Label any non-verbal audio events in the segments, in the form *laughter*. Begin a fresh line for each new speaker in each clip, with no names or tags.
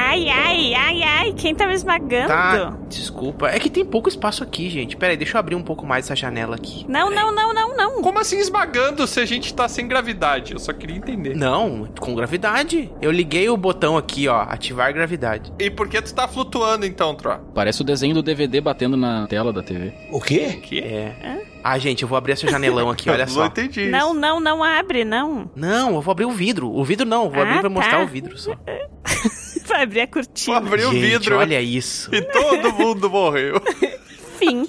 Ai, ai, ai, ai, quem tá me esmagando?
Tá, desculpa. É que tem pouco espaço aqui, gente. Pera aí, deixa eu abrir um pouco mais essa janela aqui.
Não, não, não, não, não.
Como assim esmagando se a gente tá sem gravidade? Eu só queria entender.
Não, com gravidade. Eu liguei o botão aqui, ó, ativar gravidade.
E por que tu tá flutuando então, Tro?
Parece o desenho do DVD batendo na tela da TV.
O quê?
Que?
É. Ah, gente, eu vou abrir esse janelão aqui,
*laughs*
olha
Não
só.
entendi. isso.
Não, não, não abre, não. *laughs*
Não, eu vou abrir o vidro. O vidro não, vou
Ah,
abrir pra
tá.
mostrar o vidro só.
Vai abrir a
Tu
cortina.
abriu o
Gente,
vidro
olha isso.
e todo mundo morreu. *laughs*
Fim.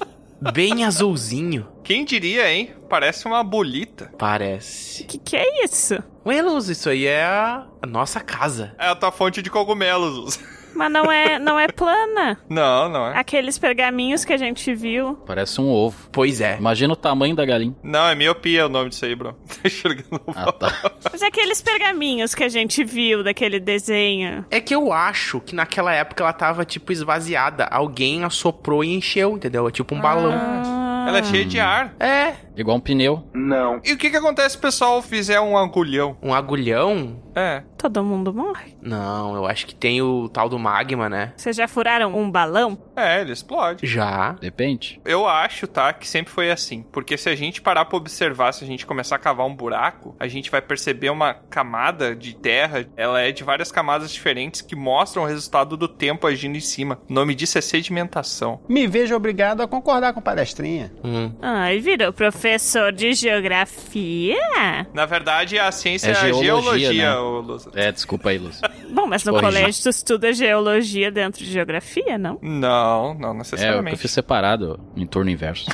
Bem azulzinho,
Quem diria, hein? Parece uma bolita.
parece.
Que que é isso?
Ué, Luz, isso aí é a a nossa casa.
É a tua fonte de cogumelos.
Mas não é, não é plana.
*laughs* Não, não é.
Aqueles pergaminhos que a gente viu.
Parece um ovo.
Pois é.
Imagina o tamanho da galinha.
Não, é miopia o nome disso aí, bro. *laughs* Tá enxergando o
Ah, tá.
Mas é aqueles pergaminhos que a gente viu daquele desenho.
É que eu acho que naquela época ela tava, tipo, esvaziada. Alguém assoprou e encheu, entendeu? É tipo um balão.
Ah,
Ela é cheia de ar.
É,
Igual um pneu.
E o que que acontece se o pessoal fizer um agulhão?
um agulhão?
É.
Todo mundo morre.
Não, eu acho que tem o tal do magma, né?
Vocês já furaram um balão?
É, ele explode.
Já.
Depende.
Eu acho, tá, que sempre foi assim. Porque se a gente parar pra observar, se a gente começar a cavar um buraco, a gente vai perceber uma camada de terra. Ela é de várias camadas diferentes que mostram o resultado do tempo agindo em cima. O nome disso é sedimentação.
Me vejo obrigado a concordar com palestrinha.
Hum.
Ai, virou professor de geografia?
Na verdade, a ciência é,
É
a
geologia,
geologia,
né?
ô, Lusa.
É, desculpa aí, Luz.
Bom, mas no
Tipo,
Corrija.
colégio tu estuda geologia dentro de geografia, não?
Não, não
É, o que eu
necessariamente.
fiz separado, em turno inverso.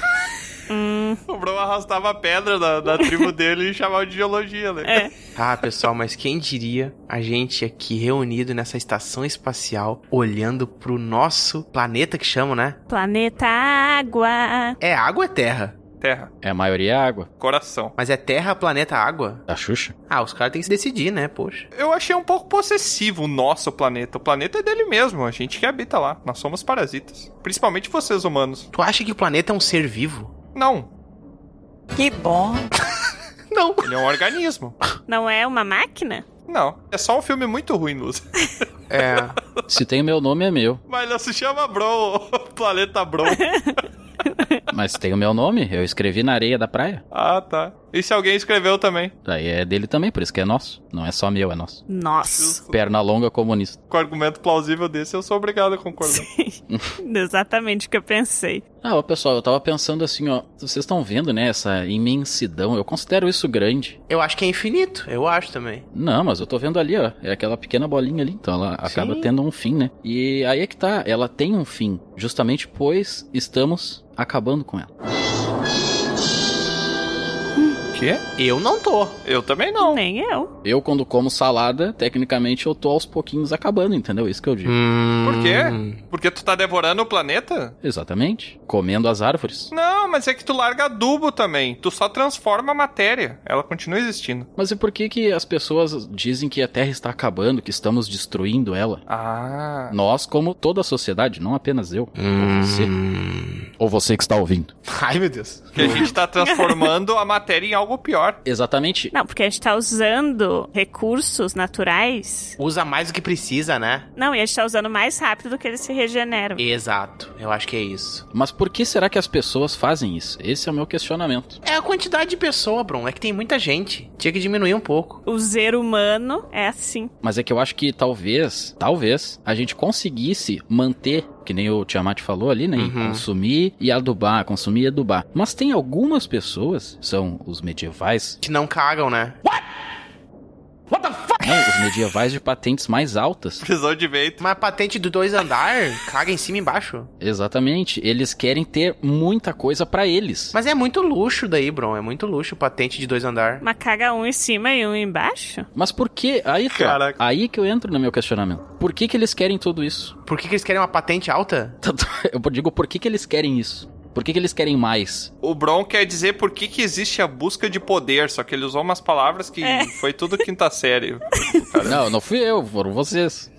Hum,
*laughs* O Bruno arrastava a pedra da, da tribo *laughs* dele e chamava de geologia, né?
é.
Ah, pessoal, mas quem diria a gente aqui reunido nessa estação espacial, olhando pro nosso planeta que chama, né?
Planeta Água.
É água ou é terra?
Terra,
É, a maioria é água.
coração.
Mas é terra, planeta, água?
Da Xuxa?
Ah, os caras têm que se decidir, né? Poxa.
Eu achei um pouco possessivo o nosso planeta. O planeta é dele mesmo, a gente que habita lá. Nós somos parasitas. Principalmente vocês, humanos.
Tu acha que o planeta é um ser vivo?
Não,
Que bom.
Não.
ele é um organismo.
Não é uma máquina?
Não, é só um filme muito ruim, Luz.
É.
Se tem meu nome, é meu.
*laughs* Mas não se chama Bro, o *laughs* planeta Bro.
Mas se tem o meu nome, eu escrevi na areia da praia.
Ah, tá. E se alguém escreveu também?
Daí é dele também, por isso que é nosso. Não é só meu, é nosso.
Nossa.
Perna longa comunista.
Com argumento plausível desse, eu sou obrigado a concordar.
Exatamente o que eu pensei.
Ah, ó, pessoal, eu tava pensando assim, ó. Vocês estão vendo, né, essa imensidão? Eu considero isso grande.
Eu acho que é infinito, eu acho também.
Não, mas eu tô vendo ali, ó. É aquela pequena bolinha ali, então ela acaba
Sim.
tendo um fim, né? E aí é que tá, ela tem um fim, justamente pois estamos acabando com ela.
Quê?
Eu não tô.
Eu também não.
Nem eu.
Eu, quando como salada, tecnicamente eu tô aos pouquinhos acabando, entendeu? Isso que eu digo.
Hum...
Por quê? Porque tu tá devorando o planeta?
Exatamente. Comendo as árvores.
Não, mas é que tu larga adubo também. Tu só transforma a matéria. Ela continua existindo.
Mas e por que que as pessoas dizem que a Terra está acabando, que estamos destruindo ela?
Ah.
Nós, como toda a sociedade, não apenas eu.
Hum...
Você. Ou você que está ouvindo.
Ai, meu Deus.
Que a gente tá transformando a matéria em algo pior.
Exatamente.
Não, porque a gente tá usando recursos naturais.
Usa mais do que precisa, né?
Não, e a gente tá usando mais rápido do que eles se regeneram.
Exato. Eu acho que é isso.
Mas por que será que as pessoas fazem isso? Esse é o meu questionamento.
É a quantidade de pessoa, Bruno. É que tem muita gente. Tinha que diminuir um pouco.
O ser humano é assim.
Mas é que eu acho que talvez, talvez, a gente conseguisse manter, que nem o Tiamat falou ali, né? em
Uhum.
Consumir e adubar, consumir e adubar. Mas tem algumas pessoas, são os medievais,
Que não cagam, né?
não, né, os medievais de patentes mais altas.
Prisão de vento.
Mas patente do dois andar, caga em cima e embaixo.
Exatamente, eles querem ter muita coisa pra eles.
Mas é muito luxo daí, Bron. É muito luxo patente de dois andar.
Uma caga um em cima e um embaixo?
Mas por que? Aí, tá.
Caraca.
aí que eu entro no meu questionamento. Por que, que eles querem tudo isso? *laughs*
Por que, que eles querem uma patente alta?
Tanto- Eu digo, por que, que eles querem isso? Por que, que eles querem mais?
O Bron quer dizer por que, que existe a busca de poder, só que ele usou umas palavras que
É.
foi tudo quinta série.
Não, não fui eu, foram vocês.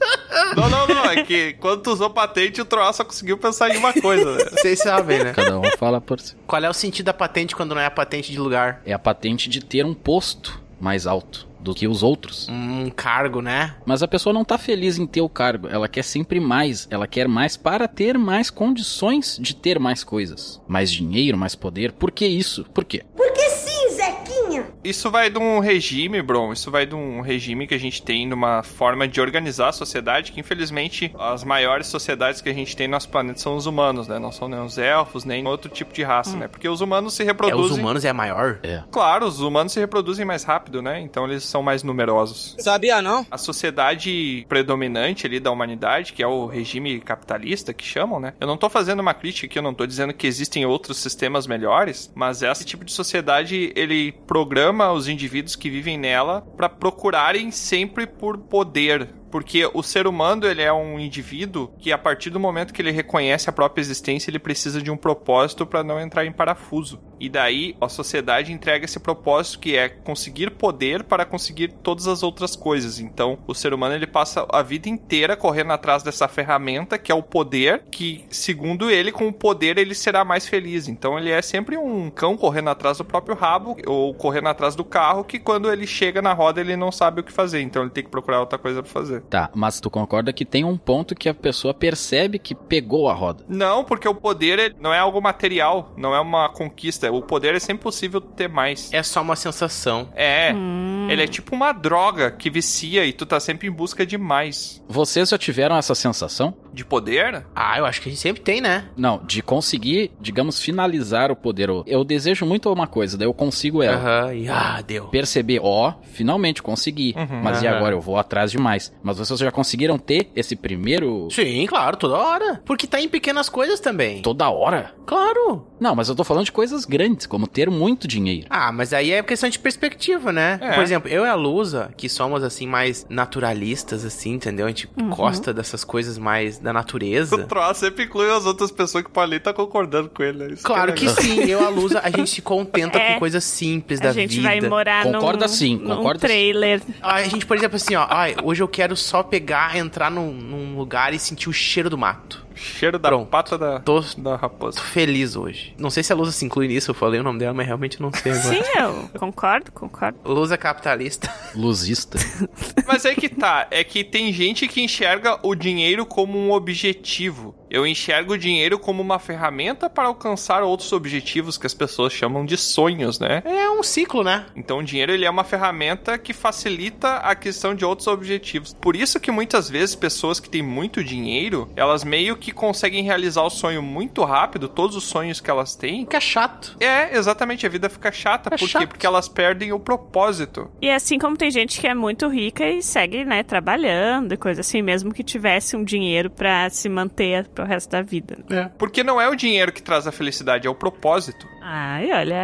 Não, não, não. É que quando tu usou patente, o Troá só conseguiu pensar em uma coisa. Né?
Vocês sabem,
*laughs*
né?
Cada um fala por si.
Qual é o sentido da patente quando não é a patente de lugar?
É a patente de ter um posto. mais alto do que os outros.
Um cargo, né?
Mas a pessoa não tá feliz em ter o cargo, ela quer sempre mais, ela quer mais para ter mais condições de ter mais coisas. Mais dinheiro, mais poder. Por que isso? Por quê?
Porque sim, Zequinha!
Isso vai de um regime, Bron. Isso vai de um regime que a gente tem numa forma de organizar a sociedade, que infelizmente as maiores sociedades que a gente tem no nosso planeta são os humanos, né? Não são nem os elfos, nem outro tipo de raça, né? Porque os humanos se
É,
reproduzem.
os humanos é a maior.
Claro, os humanos se reproduzem mais rápido, né? Então eles são mais numerosos.
Sabia não?
A sociedade predominante ali da humanidade, que é o regime capitalista que chamam, né? Eu não tô fazendo uma crítica aqui, eu não tô dizendo que existem outros sistemas melhores, mas esse tipo de sociedade, ele programa os indivíduos que vivem nela pra procurarem sempre por poder. Porque o ser humano, ele é um indivíduo que a partir do momento que ele reconhece a própria existência, ele precisa de um propósito pra não entrar em parafuso. E daí a sociedade entrega esse propósito que é conseguir poder para conseguir todas as outras coisas. Então, o ser humano ele passa a vida inteira correndo atrás dessa ferramenta que é o poder, que segundo ele com o poder ele será mais feliz. Então, ele é sempre um cão correndo atrás do próprio rabo ou correndo atrás do carro que quando ele chega na roda ele não sabe o que fazer. Então, ele tem que procurar outra coisa para fazer.
Tá, mas tu concorda que tem um ponto que a pessoa percebe que pegou a roda.
Não, porque o poder ele não é algo material, não é uma conquista. O poder é sempre possível ter mais.
É só uma sensação.
É.
Hum.
Ele é tipo uma droga que vicia e tu tá sempre em busca de mais.
Vocês já tiveram essa sensação?
De poder?
Ah, eu acho que a gente sempre tem, né?
Não, de conseguir, digamos, finalizar o poder. Eu desejo muito uma coisa, daí eu consigo ela.
Aham, e ah, deu.
perceber, ó, finalmente consegui.
Uhum.
mas e
Aham.
agora? Eu vou atrás demais. Mas vocês já conseguiram ter esse primeiro.
Sim, claro, toda hora. Porque tá em pequenas coisas também.
toda hora?
Claro.
Não, mas eu tô falando de coisas grandes, como ter muito dinheiro.
Ah, mas aí é questão de perspectiva, né?
É.
Por exemplo, eu e a Lusa, que somos assim mais naturalistas, assim, entendeu? A gente
Uhum.
gosta dessas coisas mais da
*laughs* O
natureza.
troço sempre inclui as outras pessoas que o Paulinho tá concordando com ele. né? Isso
Claro
é
que
legal.
sim, eu e a Lusa, a gente se contenta
*laughs* É.
com coisas simples da
A gente
vida.
vai morar
Concorda
num,
sim,
num
concorda sim. *laughs*
trailer.
Ai, a gente, por exemplo, assim, ó, ai, hoje eu quero só pegar, entrar num, num lugar e sentir o cheiro do mato.
Cheiro da
Pronto.
pata da,
Tô,
da
tô
raposa.
feliz hoje. Não sei se a Lusa se inclui nisso, eu falei o nome dela, mas realmente não sei agora.
Sim, eu concordo, concordo.
Lusa capitalista. *laughs*
Luzista.
*laughs* Mas é que tá, é que tem gente que enxerga o dinheiro como um objetivo. Eu enxergo o dinheiro como uma ferramenta para alcançar outros objetivos que as pessoas chamam de sonhos, né?
É um ciclo, né?
Então o dinheiro ele é uma ferramenta que facilita a aquisição de outros objetivos. Por isso que muitas vezes pessoas que têm muito dinheiro, elas meio que conseguem realizar o sonho muito rápido, todos os sonhos que elas têm.
Que é chato.
É, exatamente, a vida fica chata.
É
Por quê?
chato.
Porque elas perdem o propósito.
E assim como tem gente que é muito rica e segue, né, trabalhando e coisa assim, mesmo que tivesse um dinheiro pra se manter pro resto da vida. né?
Porque não é o dinheiro que traz a felicidade, é o propósito.
Ai, olha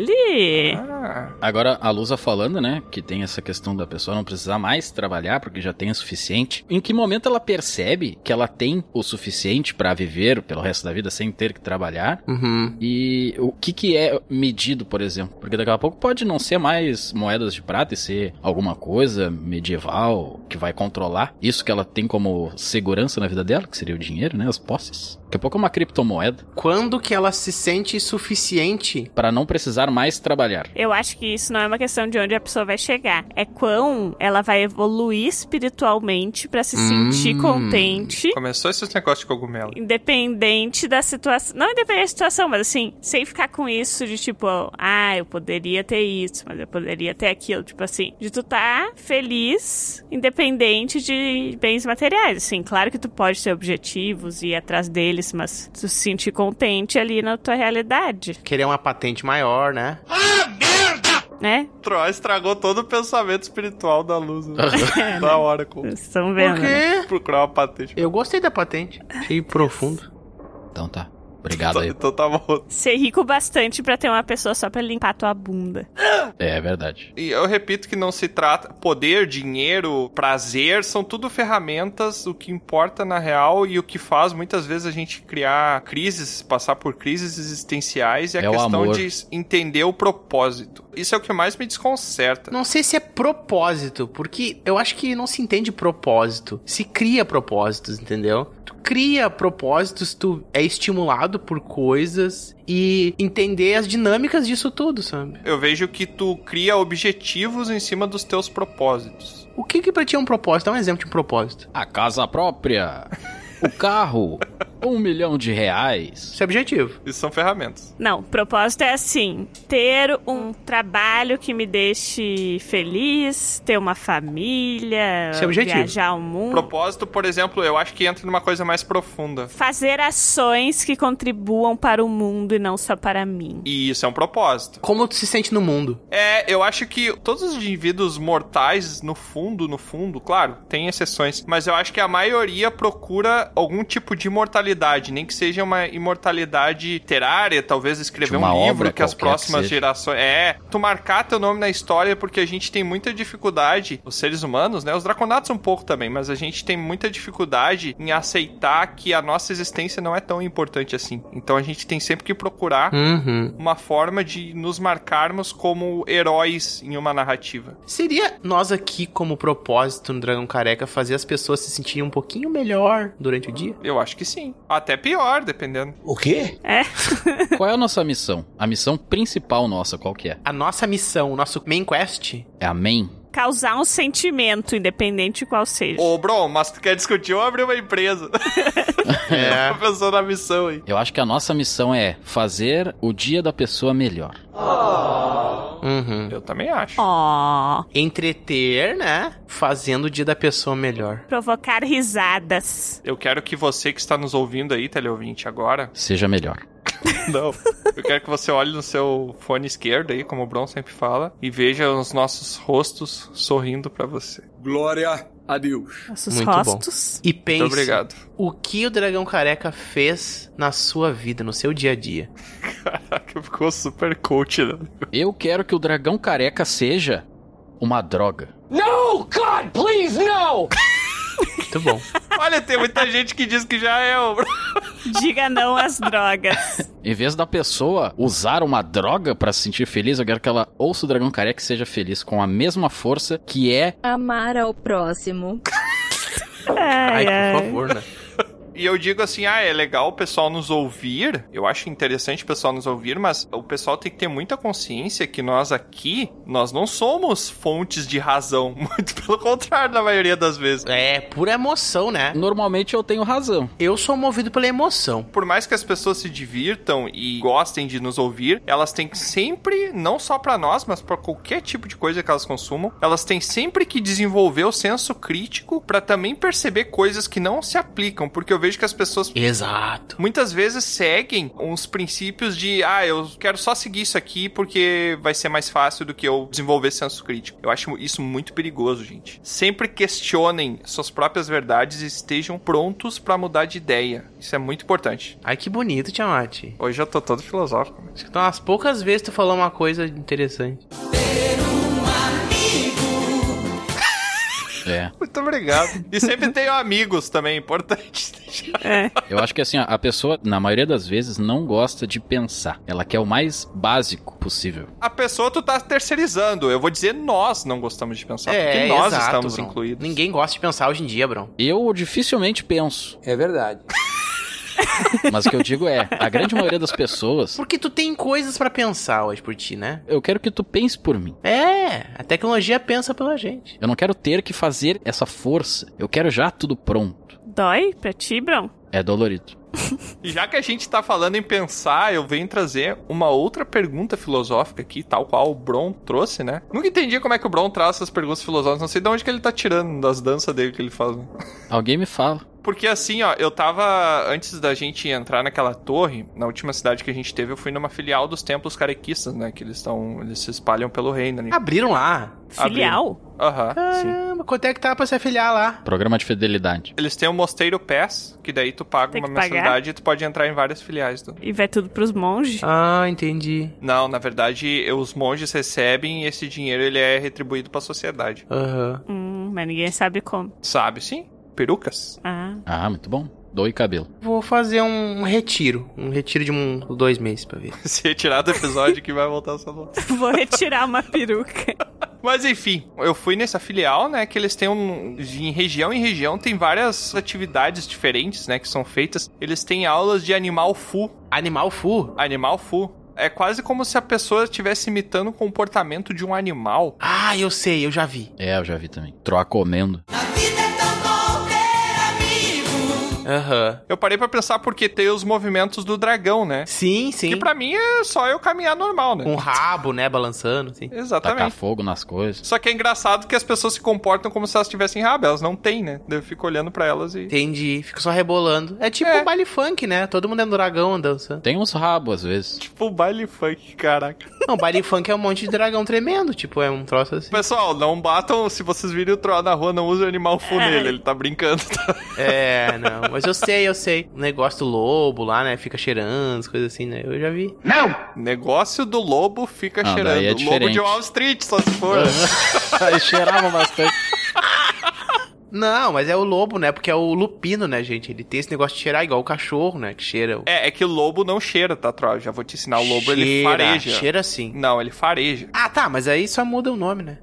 ele!
Ah,
Agora, a Lusa falando, né, que tem essa questão da pessoa não precisar mais trabalhar porque já tem o suficiente. Em que momento ela percebe que ela tem o suficiente pra viver pelo resto da vida sem ter que trabalhar?
Uhum.
E o que que é medido, por exemplo? Porque daqui a pouco pode não ser mais moedas de prata e ser alguma coisa medieval que vai controlar isso que ela tem como segurança na vida dela, que seria o dinheiro, né, as posses. Daqui a pouco é uma criptomoeda
Quando que ela se sente suficiente?
para não precisar mais trabalhar.
Eu acho que isso não é uma questão de onde a pessoa vai chegar, é quão ela vai evoluir espiritualmente pra se
Hum.
sentir contente
começou esse negócio de cogumelo.
Independente da situação. Não independente da situação, mas assim, sem ficar com isso de tipo, ah, eu poderia ter isso, mas eu poderia ter aquilo. Tipo assim, de tu tá feliz, independente de bens materiais. Assim, claro que tu pode ter objetivos e ir atrás deles, mas tu se sentir contente ali na tua realidade,
Querer uma patente maior, né?
né?
Troy estragou todo o pensamento espiritual da luz. Né? da hora com
Vocês estão vendo. né?
procurar uma patente.
Eu gostei da patente. Achei profundo.
Então tá. Obrigado
*laughs*
aí.
Então tá bom.
Ser rico bastante pra ter uma pessoa só pra limpar tua bunda.
É, é verdade.
E eu repito que não se trata. Poder, dinheiro, prazer, são tudo ferramentas. O que importa na real e o que faz muitas vezes a gente criar crises, passar por crises existenciais é a
É o
questão
amor.
de entender o propósito. Isso é o que mais me desconcerta.
Não sei se é propósito, porque eu acho que não se entende propósito. Se cria propósitos, entendeu? Tu cria propósitos, tu é estimulado por coisas e entender as dinâmicas disso tudo, sabe?
Eu vejo que tu cria objetivos em cima dos teus propósitos.
O que que pra ti é um propósito? Dá um exemplo de um propósito.
A casa própria. O carro. Um milhão de reais.
Isso é objetivo.
Isso são ferramentas.
Não, o propósito é assim: ter um trabalho que me deixe feliz, ter uma família,
Esse é o objetivo.
viajar o mundo.
Propósito, por exemplo, eu acho que entra numa coisa mais profunda.
Fazer ações que contribuam para o mundo e não só para mim.
E isso é um propósito.
Como tu se sente no mundo?
É, eu acho que todos os indivíduos mortais, no fundo, no fundo, claro, tem exceções, mas eu acho que a maioria procura algum tipo de imortalidade, nem que seja uma imortalidade literária, talvez escrever
De uma
um livro
obra
que as
qualquer que
próximas
seja.
gerações. É, tu marcar teu nome na história, porque a gente tem muita dificuldade, os seres humanos, né? Os draconatos um pouco também, mas a gente tem muita dificuldade em aceitar que a nossa existência não é tão importante assim. Então a gente tem sempre que procurar
Uhum.
uma forma de nos marcarmos como heróis em uma narrativa.
Seria nós aqui, como propósito no Dragão Careca, fazer as pessoas se sentirem um pouquinho melhor durante o dia?
Eu acho que sim. Até pior, dependendo.
O quê?
É.
Qual é a nossa missão? A missão principal nossa, qual que é?
A nossa missão, o nosso main
*laughs*
quest,
É a main?
Causar um sentimento, independente de qual seja.
Oh.
Ô, Bron, mas tu quer discutir ou abrir uma empresa?
É.
Tô pensando na missão aí.
Eu acho que a nossa missão é fazer o dia da pessoa melhor.
uhum.
Eu também acho.
Ó,
entreter, né? Fazendo o dia da pessoa melhor.
provocar risadas.
Eu quero que você que está nos ouvindo aí, teleouvinte,
*laughs*
agora.
Seja melhor.
Não. Eu quero que você olhe no seu fone esquerdo aí, como o Bron sempre fala, e veja os nossos rostos sorrindo pra você.
Glória a Deus.
Nossos
Muito bom.
rostos.
E pense
Muito obrigado. *laughs*
o que o Dragão Careca fez na sua vida, no seu dia a dia.
Caraca, ficou super coach, né?
Eu quero que o dragão careca seja uma droga.
No, God, please, no!
Muito bom.
Olha, tem muita gente que diz que já é o Bron.
Diga não às
*laughs*
drogas.
Em vez da pessoa usar uma droga pra se sentir feliz, eu quero que ela ouça o dragão careca e seja feliz com a mesma força que é
Amar ao próximo.
*laughs* Ai,
Ai,
ai.
por favor, né?
E eu digo assim, ah, é legal o pessoal nos ouvir. Eu acho interessante o pessoal nos ouvir, mas o pessoal tem que ter muita consciência que nós aqui, nós não somos fontes de razão. *laughs* Muito pelo contrário, na maioria das vezes.
É, pura emoção, né?
normalmente eu tenho razão.
Eu sou movido pela emoção.
Por mais que as pessoas se divirtam e gostem de nos ouvir, elas têm que sempre, não só pra nós, mas pra qualquer tipo de coisa que elas consumam, elas têm sempre que desenvolver o senso crítico pra também perceber coisas que não se aplicam, porque eu vejo que as pessoas
Exato.
muitas vezes seguem uns princípios de ah, eu quero só seguir isso aqui porque vai ser mais fácil do que eu desenvolver senso crítico. Eu acho isso muito perigoso, gente. Sempre questionem suas próprias verdades e estejam prontos pra mudar de ideia. Isso é muito importante.
Ai, que bonito, Tiamat.
Hoje eu tô todo filosófico. né?
Acho que tá umas poucas vezes tu falou uma coisa interessante.
É.
*laughs* Muito obrigado. E sempre tenho amigos também, importante. *laughs*
É.
Eu acho que assim, a pessoa, na maioria das vezes, não gosta de pensar. Ela quer o mais básico possível.
A pessoa tu tá terceirizando. Eu vou dizer nós não gostamos de pensar, porque nós
exato,
estamos
Bron.
incluídos.
Ninguém gosta de pensar hoje em dia, Bron.
Eu dificilmente penso,
É verdade.
mas o que eu digo é, a grande maioria das pessoas,
Porque tu tem coisas pra pensar hoje por ti, né?
eu quero que tu pense por mim.
É, a tecnologia pensa pela gente.
Eu não quero ter que fazer essa força. Eu quero já tudo pronto.
Dói pra ti, Bron?
É dolorido.
E já que a gente tá falando em pensar, eu venho trazer uma outra pergunta filosófica aqui, tal qual o Bron trouxe, né? Nunca entendi como é que o Bron traz essas perguntas filosóficas, não sei de onde que ele tá tirando das danças dele que ele faz. né?
Alguém me fala.
Porque assim, ó, eu tava. Antes da gente entrar naquela torre, na última cidade que a gente teve, eu fui numa filial dos templos carequistas, né? Que eles estão. Eles se espalham pelo reino ali.
Abriram lá.
Filial?
Aham, sim.
Caramba, quanto é que tá pra se afiliar lá?
Programa de fidelidade.
Eles têm o Mosteiro Pass, que daí tu paga
Tem
uma
que pagar?
mensalidade e tu pode entrar em várias filiais do.
E vai tudo pros monges?
Ah, entendi.
Não, na verdade, eu- os monges recebem e esse dinheiro ele é retribuído pra sociedade.
Aham.
Hum, mas ninguém sabe como.
Sabe sim? Perucas. *laughs*
Ah, *laughs*
Ah, muito bom. Doe cabelo.
Vou fazer um retiro. Um retiro de um, dois meses pra ver.
Se tirar do episódio que vai voltar essa nota.
vou retirar uma peruca.
Mas enfim, eu fui nessa filial, né? Que eles têm um. Em região em região tem várias atividades diferentes, né? Que são feitas. Eles têm aulas de animal fu.
Animal Fu?
Animal fu. É quase como se a pessoa estivesse imitando o comportamento de um animal.
Ah, eu sei, eu já vi.
É, eu já vi também. Trocomendo.
Aham.
Eu parei pra pensar porque tem os movimentos do dragão, né?
Sim,
Que
sim.
pra mim é só eu caminhar normal, né?
Com o rabo, né, balançando, sim.
Tacar
Exatamente.
fogo nas coisas.
Só que é engraçado que as pessoas se comportam como se elas tivessem rabo. Elas não têm, né? Daí Eu fico olhando pra elas e. tipo,
Entendi, fico só rebolando. É tipo
É.
um baile funk, né? Todo mundo é um dragão dançando.
Tem uns rabos às vezes.
Tipo baile funk, caraca.
Não, baile funk é um monte de dragão tremendo, tipo, é um troço assim.
Pessoal, não batam. Se vocês virem o Troll na rua, não usem o animal fu
É.
nele. Ele tá brincando. *laughs* tá?
É, não, mas eu sei, eu sei. O negócio do lobo lá, né, fica cheirando, as coisas assim, né? Eu já vi.
Negócio do lobo fica
Ah,
cheirando.
daí é
lobo de
diferente.
Wall Street, só se
*laughs*
for.
Aí cheirava bastante.
Não, mas é o lobo, né? Porque é o lupino, né, gente? Ele tem esse negócio de cheirar igual o cachorro, né? Que cheira. o-
é, é que o lobo não cheira, tá, Troll? Já vou te ensinar. O lobo, ele
Cheira,
fareja.
Cheira sim.
Não,
*laughs*
ele fareja.
Ah, tá, mas aí só muda o nome, né?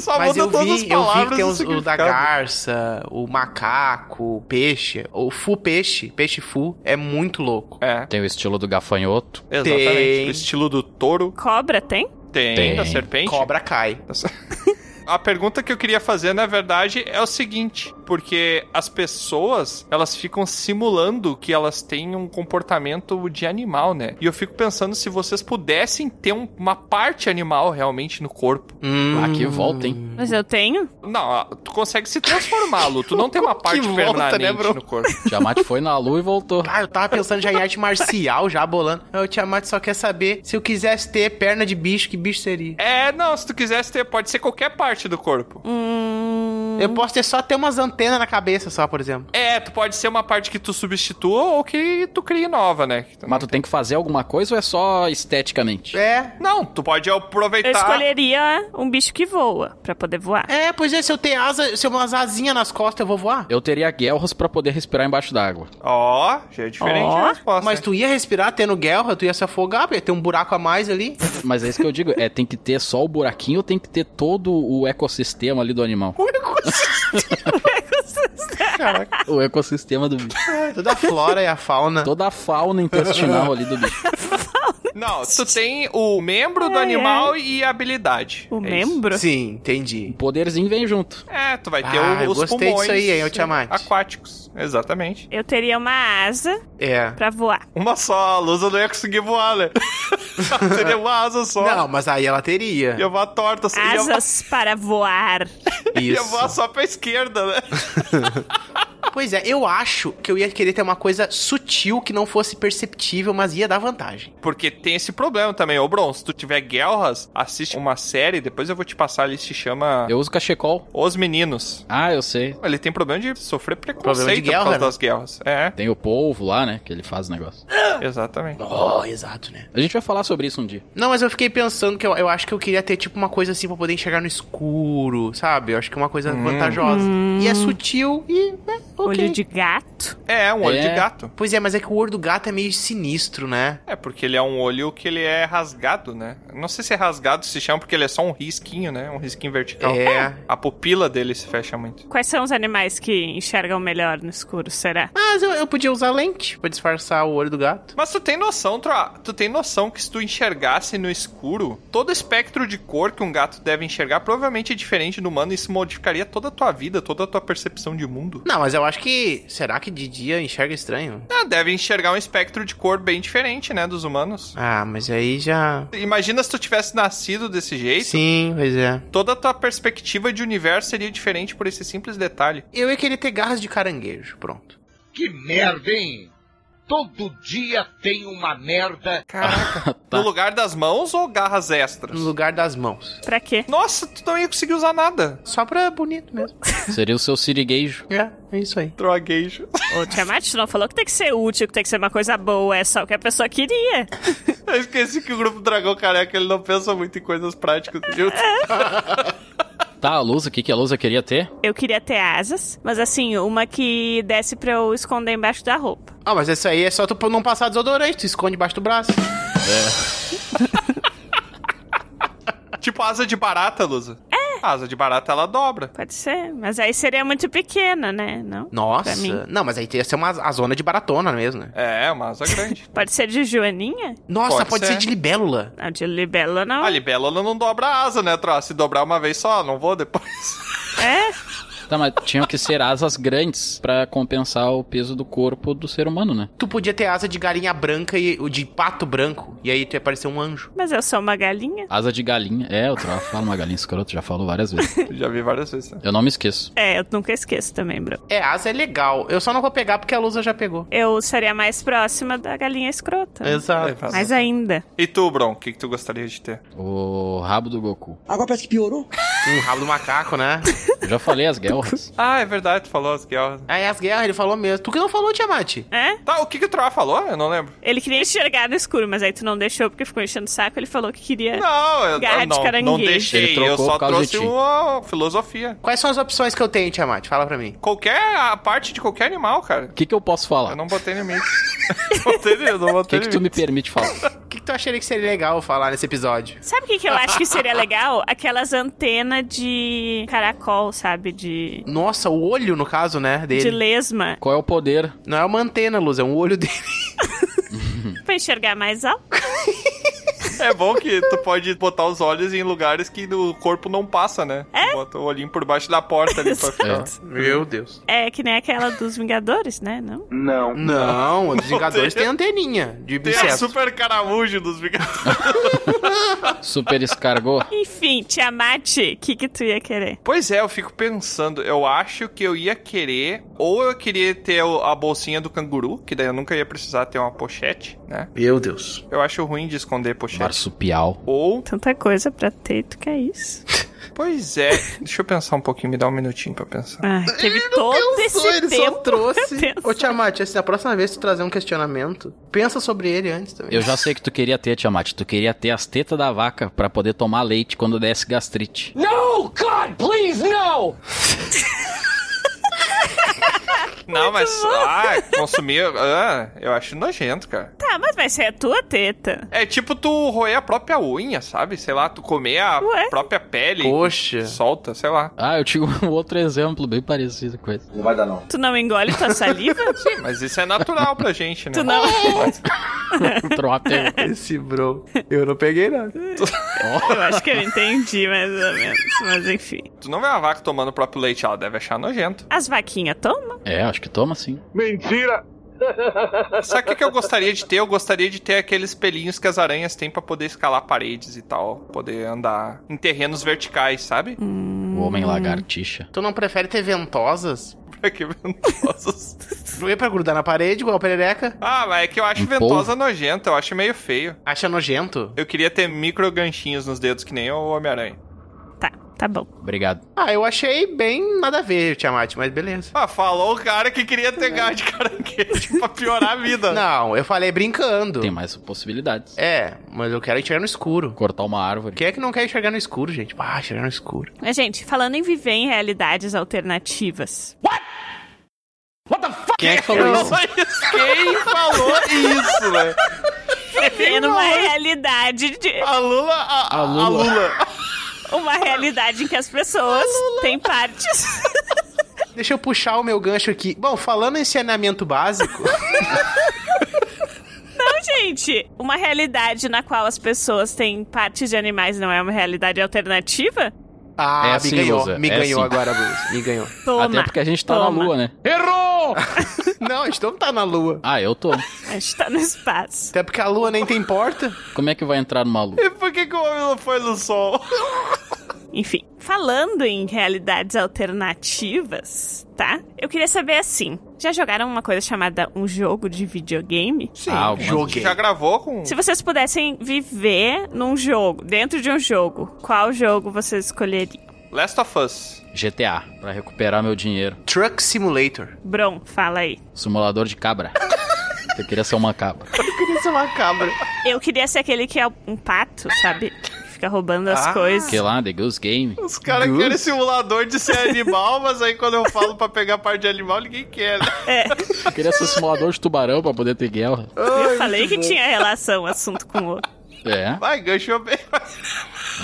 Só
mas eu
muda todas as
vi, eu vi
palavras
que tem
e
os, o da
significado.
garça, o macaco, o peixe. O fu peixe, peixe fu, é muito louco.
É,
Tem o estilo do gafanhoto.
exatamente.
Tem.
O estilo do touro
Cobra tem?
tem,
Tem.
da serpente.
Cobra cai.
A pergunta que eu queria fazer, na verdade, é o seguinte, porque as pessoas, elas ficam simulando que elas têm um comportamento de animal, né? E eu fico pensando se vocês pudessem ter um- uma parte animal realmente no corpo.
Hum.
Ah, que volta, hein?
Mas eu tenho.
Não, ah, tu consegue se transformar, Lu, tu não
*laughs*
tem uma parte
volta,
permanente
né, bro?
no corpo.
Tiamat foi na lua e voltou.
Ah, eu tava pensando já em arte marcial, já bolando. Ah, O Tiamat só quer saber se eu quisesse ter perna de bicho, que bicho seria?
É, não, se tu quisesse ter, pode ser qualquer parte do corpo.
Hum.
Eu posso ter só ter umas antenas na cabeça só, por exemplo.
É, tu pode ser uma parte que tu substitua ou que tu crie nova, né? Que tu
Mas tu tem que fazer alguma coisa ou é só esteticamente?
É.
Não, tu pode aproveitar.
Eu escolheria um bicho que voa, pra poder voar.
É, pois é, se eu ter asa, se eu umas asinhas nas costas, eu vou voar.
Eu teria guelros pra poder respirar embaixo d'água.
Ó, já é diferente
Ó,
a resposta.
Mas
hein?
tu ia respirar tendo guerra, tu ia se afogar, porque tem um buraco a mais ali.
Mas é isso que eu digo, é tem que ter só o buraquinho ou tem que ter todo o ecossistema ali do animal?
Caraca.
O ecossistema do bicho.
É, Toda a flora e a
*laughs*
fauna.
Toda a fauna intestinal ali do bicho.
Não, tu tem o membro do
Ai,
animal e a habilidade.
O
É isso.
membro?
Sim,
O
entendi.
poderzinho vem junto.
É, tu vai ter
Ah,
o-
eu
os
gostei
pulmões
disso aí, hein, ô Tiamat.
aquáticos. Exatamente.
Eu teria uma asa
É.
pra voar.
Uma só, a Lusa não ia conseguir voar, né? *laughs* Seria uma asa só.
Não, mas aí ela
Ia
teria.
voar torta. assim, Ia, voar-
Asas para voar.
ia
Isso.
voar só pra esquerda, né?
Pois é, eu acho que eu ia querer ter uma coisa sutil que não fosse perceptível, mas ia dar vantagem.
Porque tem esse problema também. Ô, Bron, se tu tiver guerras, assiste uma série, depois eu vou te passar ali, se chama...
Eu uso cachecol.
Os Meninos.
Ah, eu sei.
Ele tem problema de sofrer
Problema
preconceito
de
por
guerra,
causa
né?
das guerras. É,
Tem o polvo lá, né? Que ele faz o negócio.
exatamente.
Oh, exato, né?
A gente vai falar sobre isso um dia.
Não, mas eu fiquei pensando que eu, eu acho que eu queria ter, tipo, uma coisa assim pra poder enxergar no escuro, sabe? Eu acho que é uma coisa vantajosa. E é sutil e, né, ok.
Hum. Olho de gato.
É, um olho
É.
de gato.
Pois é, mas é que o olho do gato é meio sinistro, né?
É, porque ele é um olho que ele é rasgado, né? Não sei se é rasgado se chama, porque ele é só um risquinho, né? Um risquinho vertical.
É.
A pupila dele se fecha muito.
Quais são os animais que enxergam melhor no escuro, será?
Mas eu, eu podia usar lente pra disfarçar o olho do gato.
Mas tu tem noção, Troa? Tu tem noção que se tu enxergasse no escuro, todo espectro de cor que um gato deve enxergar provavelmente é diferente do humano e isso modificaria toda a tua vida, toda a tua percepção de mundo.
Não, mas eu acho que. Será que de dia enxerga estranho?
Ah, deve enxergar um espectro de cor bem diferente, né? Dos humanos.
Ah, mas aí já.
Imagina se tu tivesse nascido desse jeito.
Sim, pois é.
Toda a tua perspectiva de universo seria diferente por esse simples detalhe.
Eu ia querer ter garras de caranguejo, pronto.
Que merda, hein? Todo dia tem uma merda.
Caraca. No lugar das mãos ou garras extras?
No lugar das mãos.
Pra quê?
Nossa, tu não ia conseguir usar nada.
Só pra bonito mesmo.
Seria o seu sirigueijo.
É, é isso aí.
Droguejo.
O Tiamat tu não falou que tem que ser útil, que tem que ser uma coisa boa, é só o que a pessoa queria.
*laughs* Eu esqueci que o grupo Dragão Careca ele não pensa muito em coisas práticas. Viu?
Tá, a luz, o que, que a Lusa queria ter?
Eu queria ter asas, mas assim, uma que desse pra eu esconder embaixo da roupa.
Ah, mas isso aí é só tu não passar desodorante, tu esconde debaixo do braço.
Tipo asa de barata, Lusa. É. A asa de barata, ela dobra.
Pode ser, mas aí seria muito pequena, né? Não? Pra mim.
Nossa. Não, mas aí ia ser uma a zona de baratona mesmo, né?
É, uma asa
*laughs*
grande.
Pode ser de joaninha?
Nossa,
Pode
pode,
ser.
ser. de libélula.
Não, de libelo não.
A libela ela não dobra a asa, né, Tro? Se dobrar uma vez só, não vou depois. *laughs*
É?
Tá, mas tinham que ser asas grandes pra compensar o peso do corpo do ser humano, né?
Tu podia ter asa de galinha branca e o de pato branco. E aí tu ia parecer um anjo.
Mas eu sou uma galinha?
Asa de galinha. É, o Troll fala uma galinha escrota, já falou várias vezes.
Já vi várias vezes. né?
Eu não me esqueço.
É, eu nunca esqueço também, bro.
É, asa é legal. Eu só não vou pegar porque a Lusa já pegou.
Eu seria mais próxima da galinha escrota.
É,
Exato.
faz-
Mais ainda.
E tu, Bron, o que, que tu gostaria de ter?
O rabo do Goku.
Agora parece que piorou.
Um rabo do macaco, né?
Eu já falei as guerras.
Ah, é verdade, tu falou as guerras.
Aí as guerras, ele falou mesmo. Tu que não falou, Tiamat?
É?
Tá, o que, que o Troá falou? Eu não lembro.
Ele queria enxergar no escuro, mas aí tu não deixou porque ficou enchendo o saco. Ele falou que queria.
Não, eu
Garra de
não, não
caranguejo.
deixei.
Ele trocou
Eu só
por causa
trouxe
de ti.
uma filosofia.
Quais são as opções que eu tenho, Tiamat? Fala pra mim.
Qualquer a parte de qualquer animal, cara.
O que, que eu posso falar?
Eu
O
não botei limite. não *laughs* botei limite, não botei
que, que tu
limite.
me permite falar?
O que, que tu acharia que seria legal falar nesse episódio?
Sabe o que, que eu acho que seria legal? Aquelas antenas de caracol, sabe? De,
Nossa, o olho, no caso, né? Dele.
de lesma.
Qual é o poder?
Não é uma antena, Luz, é um olho dele.
Pra enxergar mais alto.
É bom que tu pode botar os olhos em lugares que o corpo não passa, né? É? Bota o olhinho por baixo da porta ali
*laughs* É.
pra ficar.
Meu Deus.
É que nem aquela dos Vingadores, né? Não?
Não, os Vingadores
tem.
têm anteninha de
Tem a
inseto.
super caramujo dos *laughs* Vingadores.
Super escargou?
Enfim, Tiamat, o que, que tu ia querer?
Pois é, eu fico pensando, eu acho que eu ia querer, ou eu queria ter o- a bolsinha do canguru, que daí eu nunca ia precisar ter uma pochete, né?
Meu Deus.
Eu acho ruim de esconder pochete.
Marsupial.
Ou,
Tanta coisa pra ter, tu quer isso?
pois é, *laughs* deixa eu pensar um pouquinho, me dá um minutinho pra pensar.
Ai, teve todo esse
ele
tempo.
só tá- trouxe.
pra pensar.
Ô, Tiamat, assim, da próxima vez que tu trazer um questionamento, pensa sobre ele antes também.
Eu já sei que tu queria ter, Tiamat. Tu queria ter as tetas da vaca pra poder tomar leite quando desse gastrite.
No, God, please, no!
Não, mas, ah, consumir, ah, eu acho nojento, cara.
Tá, mas vai ser a tua teta.
É tipo tu roer a própria unha, sabe? Sei lá, tu comer a
Ué?
própria pele.
Poxa.
que Solta, sei lá.
Ah, eu tinha um outro exemplo bem parecido com esse.
Tu não engole tua saliva?
*laughs*
Sim, mas isso é natural pra gente, né?
Tu não.
Troca.
Esse bro. Eu não peguei nada.
Eu acho que eu entendi, mais ou menos. Mas enfim.
Tu não vê uma vaca tomando o próprio leite, ela deve achar nojento.
As vaquinhas tomam?
É, acho que toma sim.
Sabe o que, que eu gostaria de ter? Eu gostaria de ter aqueles pelinhos que as aranhas têm pra poder escalar paredes e tal. Poder andar em terrenos verticais, sabe?
Hum.
*laughs*
O homem lagartixa.
Tu não prefere ter ventosas?
Pra que ventosas.
Tu ia pra grudar na parede, igual a perereca?
Ah, mas é que eu acho
Um
ventosa nojenta, eu acho meio feio.
Acha nojento?
Eu queria ter micro ganchinhos nos dedos, que nem o Homem-Aranha.
Tá, tá bom.
Obrigado.
Ah, eu achei bem nada a ver, Tiamat, mas beleza.
Ah, falou o cara que queria ter garra de caranguejo pra piorar a vida.
Não, eu falei brincando.
Tem mais possibilidades.
É, mas eu quero enxergar no escuro.
Cortar uma árvore.
Quem é que não quer enxergar no escuro, gente? Ah, enxergar no escuro.
Mas, gente, falando em viver em realidades alternativas.
Quem é que falou isso?
Quem falou isso, né?
Viver numa realidade de.
A Lula, a,
A Lula.
a Lula.
Uma realidade em que as pessoas têm partes.
Deixa eu puxar o meu gancho aqui. Bom, falando em saneamento básico,
Não, Então, gente. Uma realidade na qual as pessoas têm partes de animais não é uma realidade alternativa?
ah,
*laughs* É
me
assim,
ganhou,
Lusa,
me
é
ganhou
assim.
agora, Bruce, me
*laughs*
ganhou.
Toma.
Até porque a gente tá
toma.
na lua, né?
Não, a gente não tá na lua.
Ah, eu tô.
A gente tá no espaço.
Até porque a lua nem tem porta.
Como é que vai entrar numa lua?
E por que, que o homem não foi no sol?
Enfim, falando em realidades alternativas, tá? Eu queria saber assim: já jogaram uma coisa chamada um jogo de videogame?
Sim,
Ah, algumas
joguei.
Já gravou com...
Se vocês pudessem viver num jogo, dentro de um jogo, qual jogo vocês escolheriam?
Last of Us.
GTA, pra recuperar meu dinheiro.
Truck Simulator.
Bron, fala aí.
Simulador de cabra. Eu queria ser uma cabra.
Isso é uma cabra.
Eu queria ser aquele que é um pato, sabe? Que fica roubando as coisas.
Que lá, The Goose Game.
Os caras querem simulador de ser animal, mas aí quando eu falo pra pegar parte de animal, ninguém quer, né?
Eu queria ser simulador de tubarão pra poder ter guerra.
Eu falei que tinha relação um assunto com o outro.
É.
Vai, ganchou bem.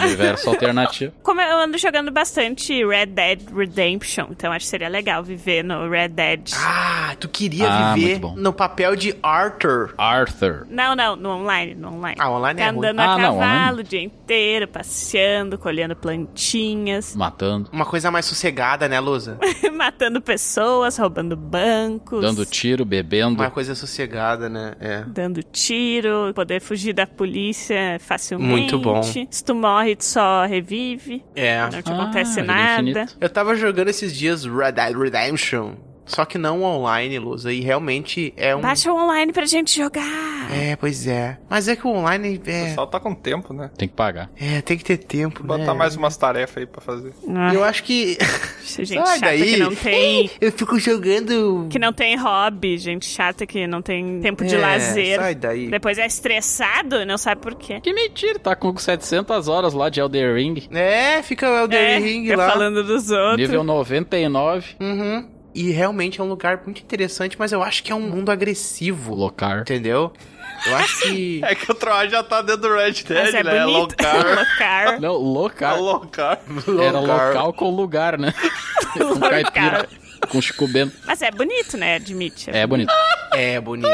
Universo alternativo.
Como eu ando jogando bastante Red Dead Redemption, então acho que seria legal viver no Red Dead.
Ah, tu queria
Ah,
viver
muito bom.
no papel de Arthur.
Arthur.
Não, não, no online, no online.
Ah, online é
Ficar
ruim.
andando
Ah,
a
não, online.
cavalo o dia inteiro, passeando, colhendo plantinhas, *laughs*
Matando,
Uma coisa mais sossegada, né, Lusa?
matando pessoas, roubando bancos.
dando tiro, bebendo.
Uma coisa sossegada, né? É.
dando tiro, poder fugir da polícia facilmente.
Muito bom.
Se tu morre, tu só revive,
É.
não te
Ah,
acontece
vida
nada.
infinita.
Eu tava jogando esses dias Red Dead Redemption, só que não online, Lusa, e realmente é um...
Baixa o online pra gente jogar.
É, pois é. Mas é que o online
O
é...
pessoal tá com tempo, né?
Tem que pagar.
É, tem que ter tempo, né?
É.
Botar mais umas tarefas aí pra fazer.
Ah,
Eu acho que...
isso é gente
Sai
chata que não tem.
*laughs* Eu fico jogando...
Que não tem hobby, gente chata que não tem tempo de
É,
lazer.
Sai daí.
Depois é estressado e não sabe por quê.
Que mentira, tá com 700 horas lá de Elder Ring.
É, fica o Elden
é,
Ring
fica
lá.
falando dos outros.
Nível um 99,
Hum.
Uhum. E realmente é um lugar muito interessante, mas eu acho que é um mundo agressivo,
locar.
entendeu? Eu acho
*laughs*
que...
É que o Troy já tá dentro do Red
Mas
Dead,
é
né? É
bonito. *laughs*
Locar.
Locar.
*laughs* Não,
É
locar.
locar.
Era
Locar.
local com lugar,
*laughs*
né? com caipira, com Chico Bento.
Mas é bonito, né? Admite.
É bonito.
É bonito.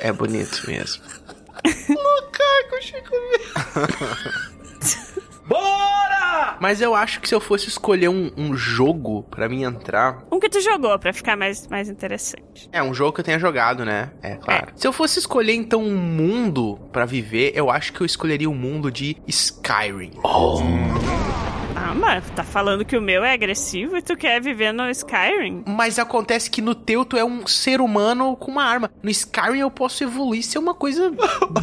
É bonito mesmo.
*laughs*
Bora!
Mas eu acho que se eu fosse escolher um, um jogo pra mim entrar.
Um que tu jogou pra ficar mais, mais interessante.
É, um jogo que eu tenha jogado, né? É, claro. Se eu fosse escolher, então, um mundo pra viver, eu acho que eu escolheria o mundo de Skyrim.
Ah, mas tá falando que o meu é agressivo e tu quer viver no Skyrim?
Mas acontece que no teu tu é um ser humano com uma arma. No Skyrim eu posso evoluir, ser uma *laughs* coisa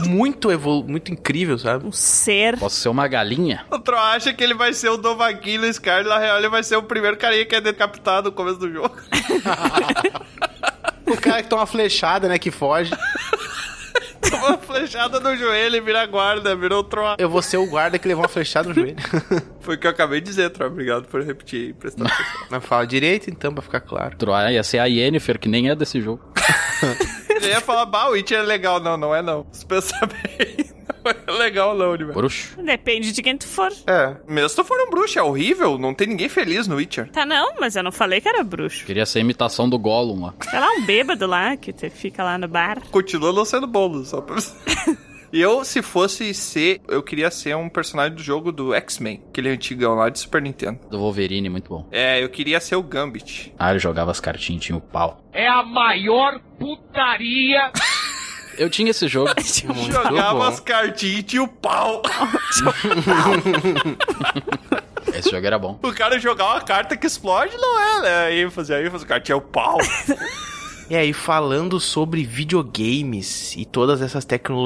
muito, evolu muito incrível, sabe?
Um ser.
Posso ser uma galinha?
O Troy acha que ele vai ser o Dovaquinho no Skyrim, na real ele vai ser o primeiro carinha que é decapitado no começo do jogo. *laughs*
O cara que toma uma flechada, né, que foge.
Toma uma flechada no joelho e vira guarda, virou o Troy.
Eu vou ser o guarda que levou uma flechada no *laughs* joelho.
Foi o que eu acabei de dizer, Troy. Obrigado por repetir e prestar atenção.
Mas fala direito, então, pra ficar claro.
Troia ia ser a Yennefer, que nem é desse jogo.
Ele ia falar, bah, o It é legal. Não, não é não. Se pensar bem, *laughs* não é legal não, né?
Bruxo.
Depende de quem tu for.
É. Mesmo se tu for um bruxo, é horrível. Não tem ninguém feliz no Witcher.
Tá não, mas eu não falei que era bruxo.
Queria ser a imitação do Gollum lá.
Sei lá, um bêbado lá que tu fica lá no bar.
Continua não sendo bolo, só pra você. E eu, se fosse ser, eu queria ser um personagem do jogo do X-Men, aquele antigão lá de Super Nintendo.
Do Wolverine, muito bom.
É, eu queria ser o Gambit.
Ah, ele jogava as cartinhas, tinha o pau.
É a maior putaria.
*laughs* Eu tinha *laughs* esse jogo. Muito
Jogava
bom.
as cartinhas e tinha o pau. *laughs*
Esse jogo era bom.
o cara jogava uma carta que explode, não é, né? Aí fazia, aí fazia, cara, tinha é o pau.
E aí, falando sobre videogames e todas essas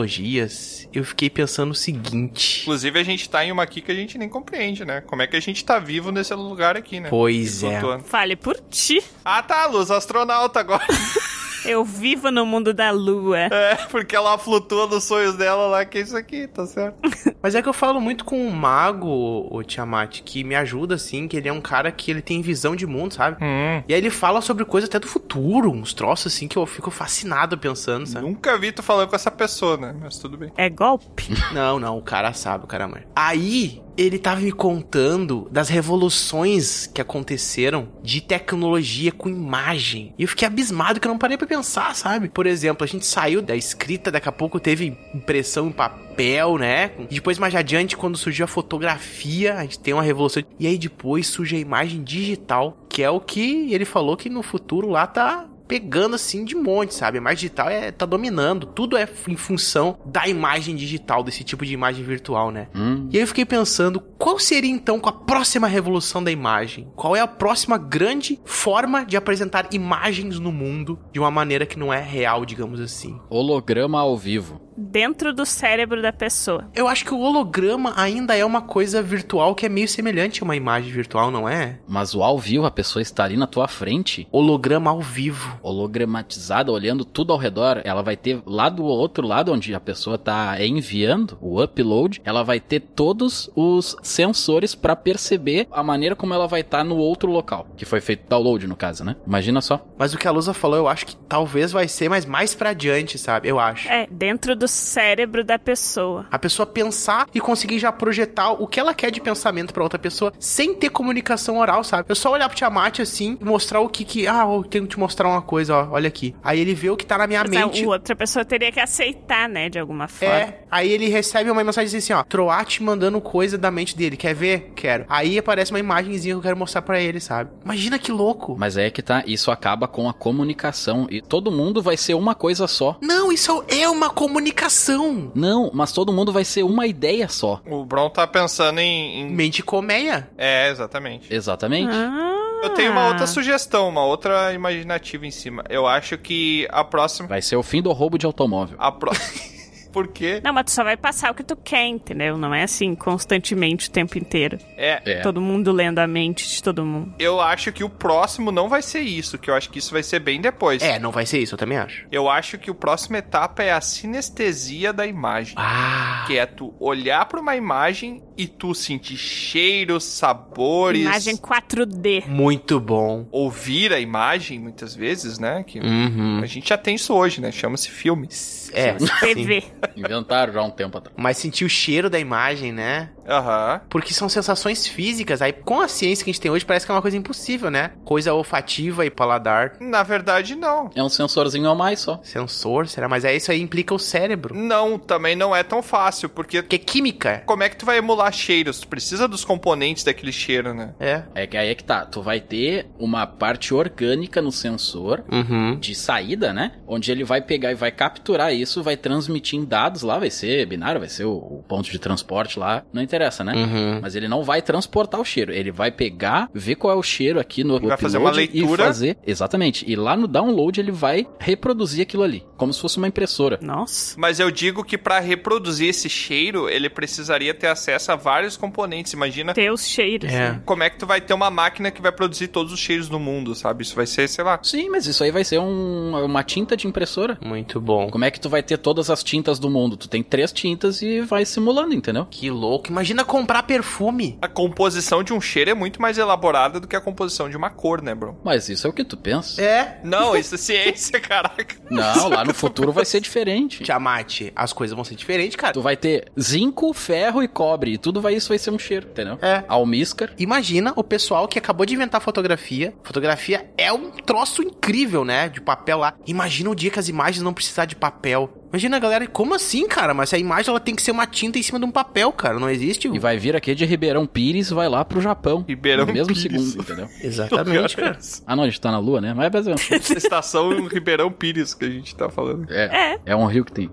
tecnologias, eu fiquei pensando o seguinte.
Inclusive, a gente tá em uma aqui que a gente nem compreende, né? Como é que a gente tá vivo nesse lugar aqui, né?
Pois é.
Flutuando.
Fale por ti.
Ah, tá, Luz, astronauta agora. *laughs*
Eu vivo no mundo da lua.
É, porque ela flutua nos sonhos dela lá, que é isso aqui, tá certo?
Mas é que eu falo muito com o mago, o o Tiamat, que me ajuda, assim, que ele é um cara que ele tem visão de mundo, sabe?
Hum.
E aí ele fala sobre coisas até do futuro, uns troços assim que eu fico fascinado pensando, sabe?
Nunca vi tu falando com essa pessoa, né? Mas tudo bem.
É golpe?
Não, não, o cara sabe, o cara manja. Aí, ele tava me contando das revoluções que aconteceram de tecnologia com imagem. E eu fiquei abismado que eu não parei pra pensar, sabe? Por exemplo, a gente saiu da escrita, daqui a pouco teve impressão em papel, né? E depois, mais adiante, quando surgiu a fotografia, a gente tem uma revolução. E aí depois surge a imagem digital, que é o que ele falou que no futuro lá tá pegando assim de monte, sabe? A imagem digital é, tá dominando. Tudo é em função da imagem digital, desse tipo de imagem virtual, né?
Hum.
E aí eu fiquei pensando, qual seria então a próxima revolução da imagem? Qual é a próxima grande forma de apresentar imagens no mundo de uma maneira que não é real, digamos assim?
Holograma ao vivo.
Dentro do cérebro da pessoa.
Eu acho que o holograma ainda é uma coisa virtual que é meio semelhante a uma imagem virtual, não é?
Mas o ao vivo, a pessoa está ali na tua frente,
Holograma ao vivo.
hologramatizada, olhando tudo ao redor. Ela vai ter lá do outro lado, onde a pessoa tá enviando o upload, ela vai ter todos os sensores pra perceber a maneira como ela vai estar no outro local, que foi feito download no caso, né? Imagina só.
Mas o que a Lusa falou, eu acho que talvez vai ser, mas mais pra adiante, sabe? Eu acho.
É, dentro do cérebro da pessoa.
A pessoa pensar e conseguir já projetar o que ela quer de pensamento pra outra pessoa sem ter comunicação oral, sabe? Eu só olhar pro Tiamat assim e mostrar o que que. Ah, eu tenho que te mostrar uma coisa, ó, olha aqui. Aí ele vê o que tá na minha
Mas a
mente.
outra pessoa teria que aceitar, né, de alguma forma.
É, aí ele recebe uma mensagem assim, ó, Troate mandando coisa da mente dele, quer ver? Quero. Aí aparece uma imagenzinha que eu quero mostrar pra ele, sabe? Imagina que louco.
Mas é que tá, isso acaba com a comunicação e todo mundo vai ser uma coisa só.
Não, isso é uma comunicação.
Não, mas todo mundo vai ser uma ideia só.
O Bron tá pensando em. em-
Mente colmeia.
É, exatamente.
Exatamente.
Ah.
Eu tenho uma outra sugestão, uma outra imaginativa em cima. Eu acho que a próxima.
Vai ser o fim do roubo de automóvel.
A pró... *laughs* Por quê?
Não, mas tu só vai passar o que tu quer, entendeu? Não é assim constantemente o tempo inteiro.
É.
É.
Todo mundo lendo a mente de todo mundo.
Eu acho que o próximo não vai ser isso, que eu acho que isso vai ser bem depois.
É, não vai ser isso, eu também acho.
Eu acho que a próxima etapa é a sinestesia da imagem.
Ah.
Que é tu olhar pra uma imagem e tu sentir cheiros, sabores.
Imagem 4D.
Muito bom.
Ouvir a imagem, muitas vezes, né? Que
Uhum.
a gente já tem isso hoje, né? Chama-se filme.
É, *laughs* sim.
TV.
Inventaram já há um tempo atrás.
Mas sentir o cheiro da imagem, né?
Aham.
Porque são sensações físicas. Aí, com a ciência que a gente tem hoje, parece que é uma coisa impossível, né? Coisa olfativa e paladar.
Na verdade, não.
É um sensorzinho a mais só.
Sensor, será? Mas é isso aí implica o cérebro.
Não, também não é tão fácil, porque
Porque é química.
como é que tu vai emular cheiros? Tu precisa dos componentes daquele cheiro, né?
É.
É que aí é que tá, tu vai ter uma parte orgânica no sensor
Uhum.
de saída, né? Onde ele vai pegar e vai capturar isso, vai transmitir em dados lá, vai ser binário, vai ser o, o ponto de transporte lá, não interessa, né?
Uhum.
Mas ele não vai transportar o cheiro, ele vai pegar, ver qual é o cheiro aqui no
Ele vai fazer uma
upload
leitura.
e fazer, exatamente. E lá no download ele vai reproduzir aquilo ali, como se fosse uma impressora.
Nossa.
Mas eu digo que pra reproduzir esse cheiro, ele precisaria ter acesso a vários componentes. Imagina
Teus cheiros.
É.
né?
como é que tu vai ter uma máquina que vai produzir todos os cheiros do mundo, sabe? Isso vai ser, sei lá.
Sim, mas isso aí vai ser um- uma tinta de impressora.
Muito bom.
Como é que tu vai ter todas as tintas do mundo? Tu tem três tintas e vai simulando, entendeu?
Que louco. Imagina comprar perfume.
A composição de um cheiro é muito mais elaborada do que a composição de uma cor, né, bro?
Mas isso é o que tu pensa.
É.
*laughs*
Não, isso é *laughs* ciência, caraca.
Não, lá no futuro vai ser diferente.
Tiamat, as coisas vão ser diferentes, cara.
Tu vai ter zinco, ferro e cobre. E tudo vai, isso vai ser um cheiro, entendeu?
É.
Almíscar.
Imagina o pessoal que acabou de inventar fotografia. Fotografia é um troço incrível, né? De papel lá. Imagina o dia que as imagens não precisar de papel. Imagina, galera, como assim, cara? Mas a imagem ela tem que ser uma tinta em cima de um papel, cara. Não existe.
E vai vir aqui de Ribeirão Pires e vai lá pro Japão.
Ribeirão
No mesmo
Pires.
segundo, entendeu?
Exatamente, cara.
Ah, não, a gente tá na lua, né? Mas é mais ou menos.
Essa estação Ribeirão Pires que a gente tá falando.
É, é um rio que tem.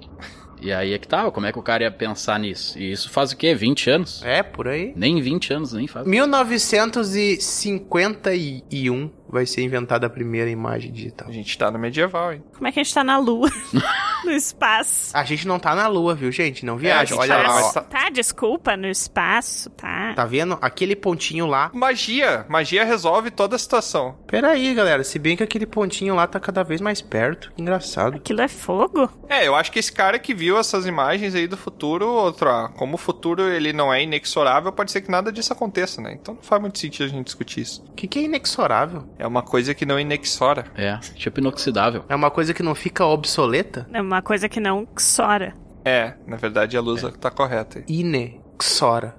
E aí é que tá, como é que o cara ia pensar nisso? E isso faz o quê? 20 anos?
*laughs* É, por aí.
Nem 20 anos, nem faz.
1951 vai ser inventada a primeira imagem digital.
A gente tá no medieval, hein?
Como é que a gente tá na lua? *laughs* no espaço.
A gente não tá na lua, viu, gente? Não
É, a
viaja.
gente
Olha
tá-
lá, ó.
mas tá-
Tá, desculpa, no espaço, tá?
Tá vendo? Aquele pontinho lá.
Magia. Magia resolve toda a situação.
Pera aí, galera. Se bem que aquele pontinho lá tá cada vez mais perto. Engraçado.
Aquilo é fogo?
É, eu acho que esse cara que viu essas imagens aí do futuro, outro, ah, como o futuro ele não é inexorável, pode ser que nada disso aconteça, né? Então não faz muito sentido a gente discutir isso.
O que, que é inexorável?
É uma coisa que não inexora.
É, tipo inoxidável.
É uma coisa que não fica obsoleta?
É uma coisa que não sora.
É, na verdade a luz tá correta aí.
Inexora.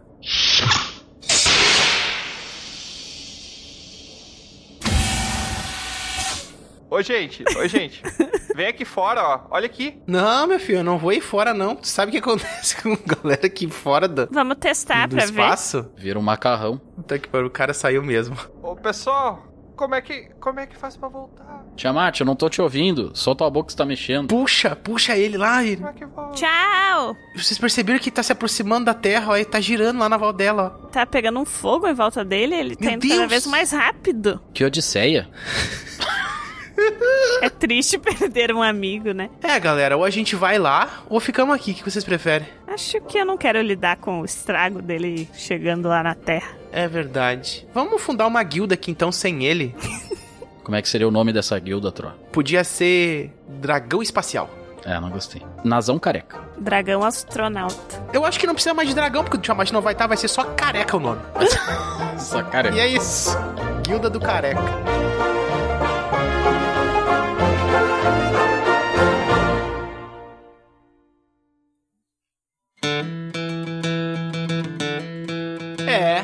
Ô, gente, ô, *laughs* gente. Vem aqui fora, ó. Olha aqui.
Não, meu filho, eu não vou ir fora, não. Tu sabe o que acontece *laughs* com galera aqui fora do,
Vamos testar
do
pra
espaço?
Vira um macarrão.
Tá que pariu, o cara saiu mesmo.
Ô, pessoal, como é que, como é que faz pra voltar?
Tiamat, eu não tô te ouvindo. Solta a boca que você tá mexendo.
Puxa, puxa ele lá. E...
Como é que
ver.
volta?
Tchau!
Vocês perceberam que tá se aproximando da Terra, ó, e tá girando lá na Valdela, ó.
Tá pegando um fogo em volta dele, ele tá
Meu
indo cada
Deus!
vez mais rápido.
Que odisseia.
É triste *laughs* perder um amigo, né?
É, galera, ou a gente vai lá, ou ficamos aqui. O que vocês preferem?
Acho que eu não quero lidar com o estrago dele chegando lá na Terra.
É verdade. Vamos fundar uma guilda aqui, então, sem ele.
Como é que seria o nome dessa guilda, Tro?
Podia ser Dragão Espacial.
É, não gostei. Nazão careca.
Dragão astronauta.
Eu acho que não precisa mais de dragão, porque o Tiamat não vai estar, vai ser só careca o nome.
Só cara.
E é isso. Guilda do Careca. É,